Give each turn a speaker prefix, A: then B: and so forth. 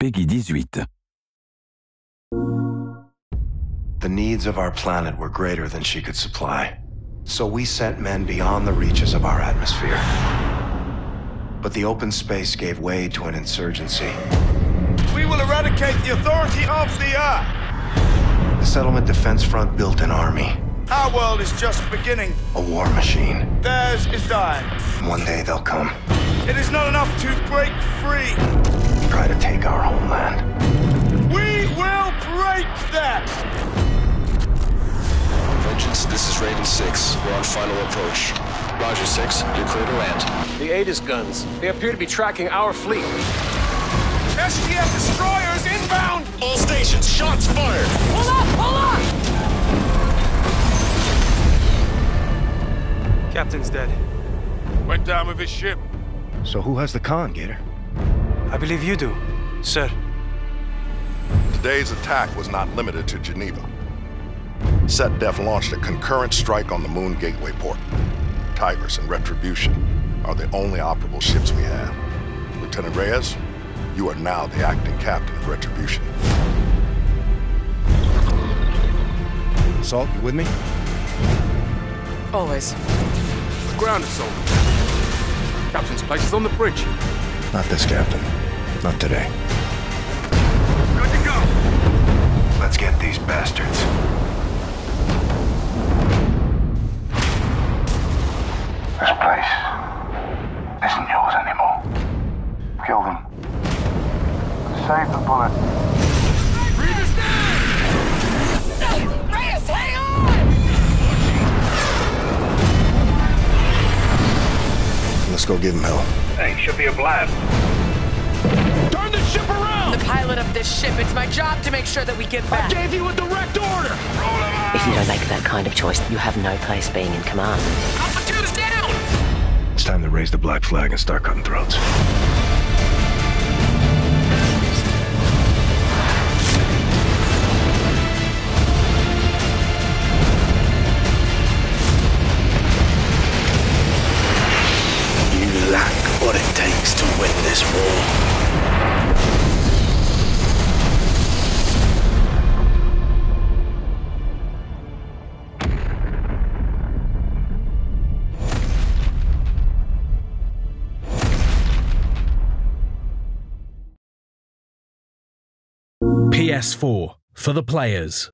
A: Peggy 18.
B: The needs of our planet were greater than she could supply. So we sent men beyond the reaches of our atmosphere. But the open space gave way to an insurgency.
C: We will eradicate the authority of the Earth.
B: The settlement defense front built an army,
C: Our world is just beginning.
B: a war machine.
C: Theirs is dying.
B: One day they'll come,
C: It is not enough to break free.
B: try to take our homeland.
C: We will break them.
D: Vengeance, this is Raven 6. We're on final approach. Roger 6, you're clear to land.
E: The Aegis guns. They appear to be tracking our fleet.
C: SDF destroyers inbound.
D: All stations, shots fired!
F: Pull up! Pull up!
E: Captain's dead.
C: Went down with his ship.
G: So who has the con, Gator?
E: I believe you do, sir.
H: Today's attack was not limited to Geneva. SetDef launched a concurrent strike on the Moon Gateway port. Tigers and Retribution are the only operable ships we have. Lieutenant Reyes, you are now the acting captain of Retribution.
G: Salt, you with me?
F: Always.
E: The ground is over. Captain's place is on the bridge.
B: Not this captain. Not today.
C: Good to go.
B: Let's get these bastards. This place isn't yours anymore. Kill them. Save the bullet.
F: Reyes, hang on!
B: Let's go give him hell.
F: The pilot of this ship. It's my job to make sure that we get back.
I: If you don't make that kind of choice, you have no place being in command.
F: Alpha 2's down!
B: It's time to raise the black flag and start cutting throats.
D: You lack what it takes to win this war.
J: PS4 for the players.